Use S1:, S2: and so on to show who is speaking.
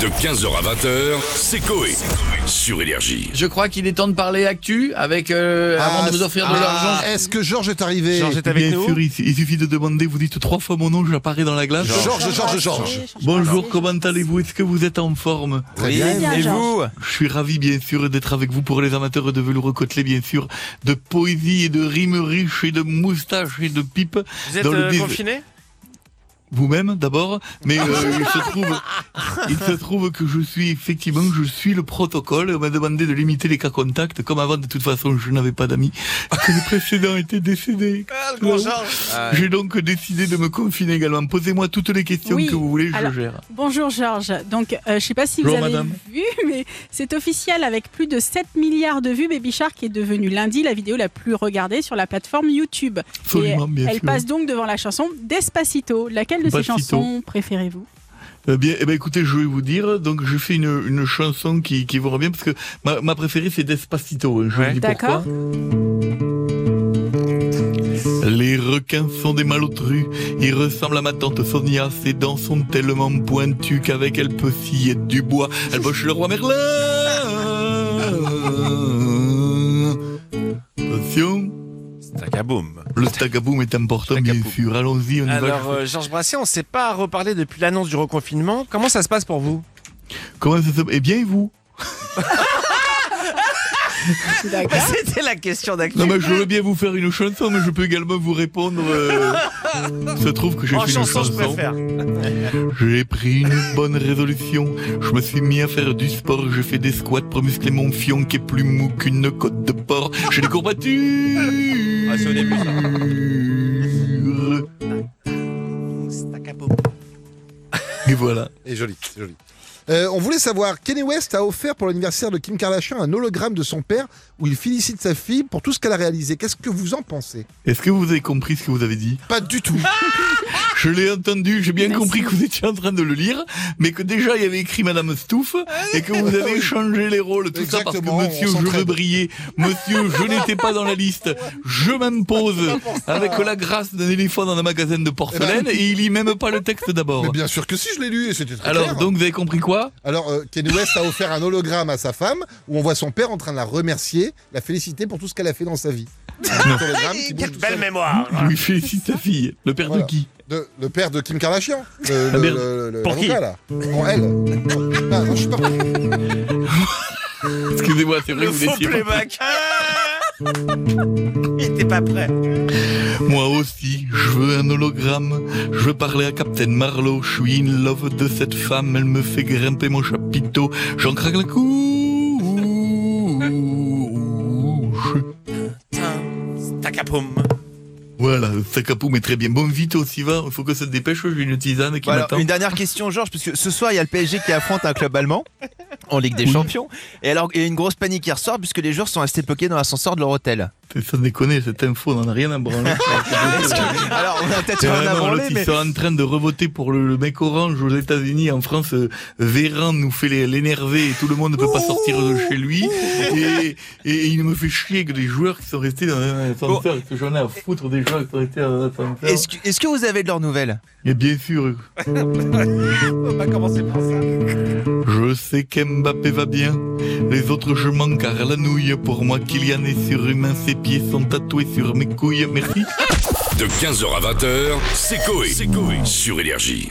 S1: De 15h à 20h, c'est Coé. Sur Énergie.
S2: Je crois qu'il est temps de parler actu avec euh, avant de vous offrir de
S3: ah,
S2: l'argent.
S3: Est-ce que Georges est arrivé
S4: Georges est avec
S5: Eh, Bien
S4: nous.
S5: sûr, il, il suffit de demander, vous dites trois fois mon nom, je j'apparais dans la glace.
S3: Georges, Georges, Georges.
S5: Bonjour, comment allez-vous Est-ce que vous êtes en forme
S4: Oui, et vous
S5: Je suis ravi, bien sûr, d'être avec vous pour les amateurs de velours côtelé, bien sûr, de poésie et de rimes riches et de moustaches et de pipes.
S4: Vous êtes
S5: Dans le
S4: euh,
S5: dés-
S4: confiné
S5: Vous-même, d'abord, mais euh, il se trouve, il se trouve que je suis effectivement, je suis le protocole. On m'a demandé de limiter les cas contacts, comme avant. De toute façon, je n'avais pas d'amis. Que le précédent était décédé.
S4: Ah,
S5: Non. J'ai donc décidé de me confiner également. Posez-moi toutes les questions
S6: Oui,
S5: que vous voulez, je
S6: alors-
S5: gère.
S6: Bonjour Georges. Donc, euh, je ne sais pas si
S5: Bonjour,
S6: vous avez
S5: madame.
S6: vu, mais c'est officiel avec plus de 7 milliards de vues. Baby Shark est devenue lundi la vidéo la plus regardée sur la plateforme YouTube.
S5: Absolument, bien
S6: Elle
S5: sûr.
S6: passe donc devant la chanson Despacito. Laquelle de ces
S5: Despacito.
S6: chansons préférez-vous
S5: Eh bien, eh bien, écoutez, je vais vous dire. Donc, je fais une, une chanson qui, qui vous revient parce que ma, ma préférée, c'est Despacito. hein. Je
S4: Ouais.
S5: vous dis pourquoi.
S6: D'accord.
S5: Les requins sont des malotrus. Ils ressemblent à ma tante Sonia. Ses dents sont tellement pointues qu'avec elle peut scier du bois. Elle boche le roi Merlin. Attention.
S4: Stacaboum.
S5: Le stagaboum est important, bien
S4: Stagaboum.
S5: sûr. Allons-y, on y va.
S4: Alors, euh, Georges Brassé, on ne s'est pas reparlé depuis l'annonce du reconfinement. Comment ça se passe pour vous
S5: Comment ça se... Eh bien, et vous
S4: Bah, C'était la question d'actu.
S5: Non, mais je veux bien vous faire une chanson, mais je peux également vous répondre. euh, Se trouve que j'ai
S4: En
S5: fait une
S4: chanson, je
S5: chanson.
S4: préfère.
S5: J'ai pris une bonne résolution. Je me suis mis à faire du sport. Je fais des squats pour muscler mon fion qui est plus mou qu'une côte de porc. J'ai des courbatures.
S4: Ah, c'est au début,
S5: ça.
S4: Stacaboum.
S5: Et voilà.
S3: Et joli, c'est joli. Euh, on voulait savoir, Kanye West a offert pour l'anniversaire de Kim Kardashian un hologramme de son père où il félicite sa fille pour tout ce qu'elle a réalisé. Qu'est-ce que vous en pensez
S5: Est-ce que vous avez compris ce que vous avez dit
S3: Pas du tout.
S5: Je l'ai entendu, j'ai bien
S6: Merci.
S5: compris que vous étiez en train de le lire, mais que déjà il y avait écrit Madame Stouff et que vous avez changé les rôles, tout ça
S3: Exactement,
S5: parce
S3: on
S5: que Monsieur, je veux
S3: s'entraide.
S5: briller, Monsieur, je n'étais pas dans la liste, je m'impose avec la grâce d'un éléphant dans un magasin de porcelaine et il lit même pas le texte
S3: Eh ben. Mais
S5: d'abord.
S3: bien sûr que si, je l'ai lu et c'était très
S5: Oh. Alors
S3: clair.
S5: donc vous avez compris quoi
S3: Alors, euh, Kanye West a offert un hologramme à sa femme où on voit son père en train de la remercier, la féliciter pour tout ce qu'elle a fait dans sa vie. Un hologramme qui bouge
S4: Quelle
S3: tout
S4: belle
S3: seul.
S4: mémoire
S5: Je lui félicite sa fille, le père
S3: Ah, Voilà.
S5: de qui
S3: De- le père de Kim Kardashian. Le,
S5: Ah,
S3: le-
S5: merde.
S3: le- le-
S4: Pour qui
S3: l'avocat, là. Pour elle. Ah, non, je suis pas.
S5: Excusez-moi, c'est vrai
S4: Le
S5: que vous
S4: faux
S5: étiez...
S4: playback Ah Il était pas prêt.
S5: Moi aussi, je veux un hologramme. Je veux parler à Captain Marlowe. Je suis in love de cette femme. Elle me fait grimper mon chapiteau. J'en craque la couche.
S4: Stacaboum.
S5: Voilà, Sakapou, mais très bien. Bon, vite aussi, va. Il faut que ça te dépêche. J'ai une tisane qui
S7: Bon, alors,
S5: m'attend.
S7: une dernière question, Georges, parce que ce soir, il y a le PSG qui affronte un club allemand en Ligue des Champions. Et alors, il y a une grosse panique qui ressort, puisque les joueurs sont restés bloqués dans l'ascenseur de leur hôtel.
S5: Sans déconner, cette info, on n'en a rien à branler.
S7: Alors, on a peut-être
S5: C'est
S3: Euh,
S7: rien à
S5: vraiment
S7: branler,
S5: l'autre,
S7: mais.
S5: Ils sont en train de revoter pour le, le mec orange aux États-Unis. En France, euh, Véran nous fait les- l'énerver et tout le monde ne peut pas sortir de chez lui. Et, et il me fait chier que des joueurs qui sont restés dans un ascenseur, que j'en ai à foutre des joueurs qui sont restés dans un ascenseur.
S7: Est-ce que, est-ce que vous avez de leurs nouvelles
S5: Et bien sûr,
S4: On va commencer par ça.
S5: je sais qu'Mbappé va bien. Les autres, je m'en à la nouille. Pour moi, Kylian est surhumain. Ses pieds sont tatoués sur mes couilles. Merci.
S1: De 15h à 20h, c'est Coé. Sur Énergie.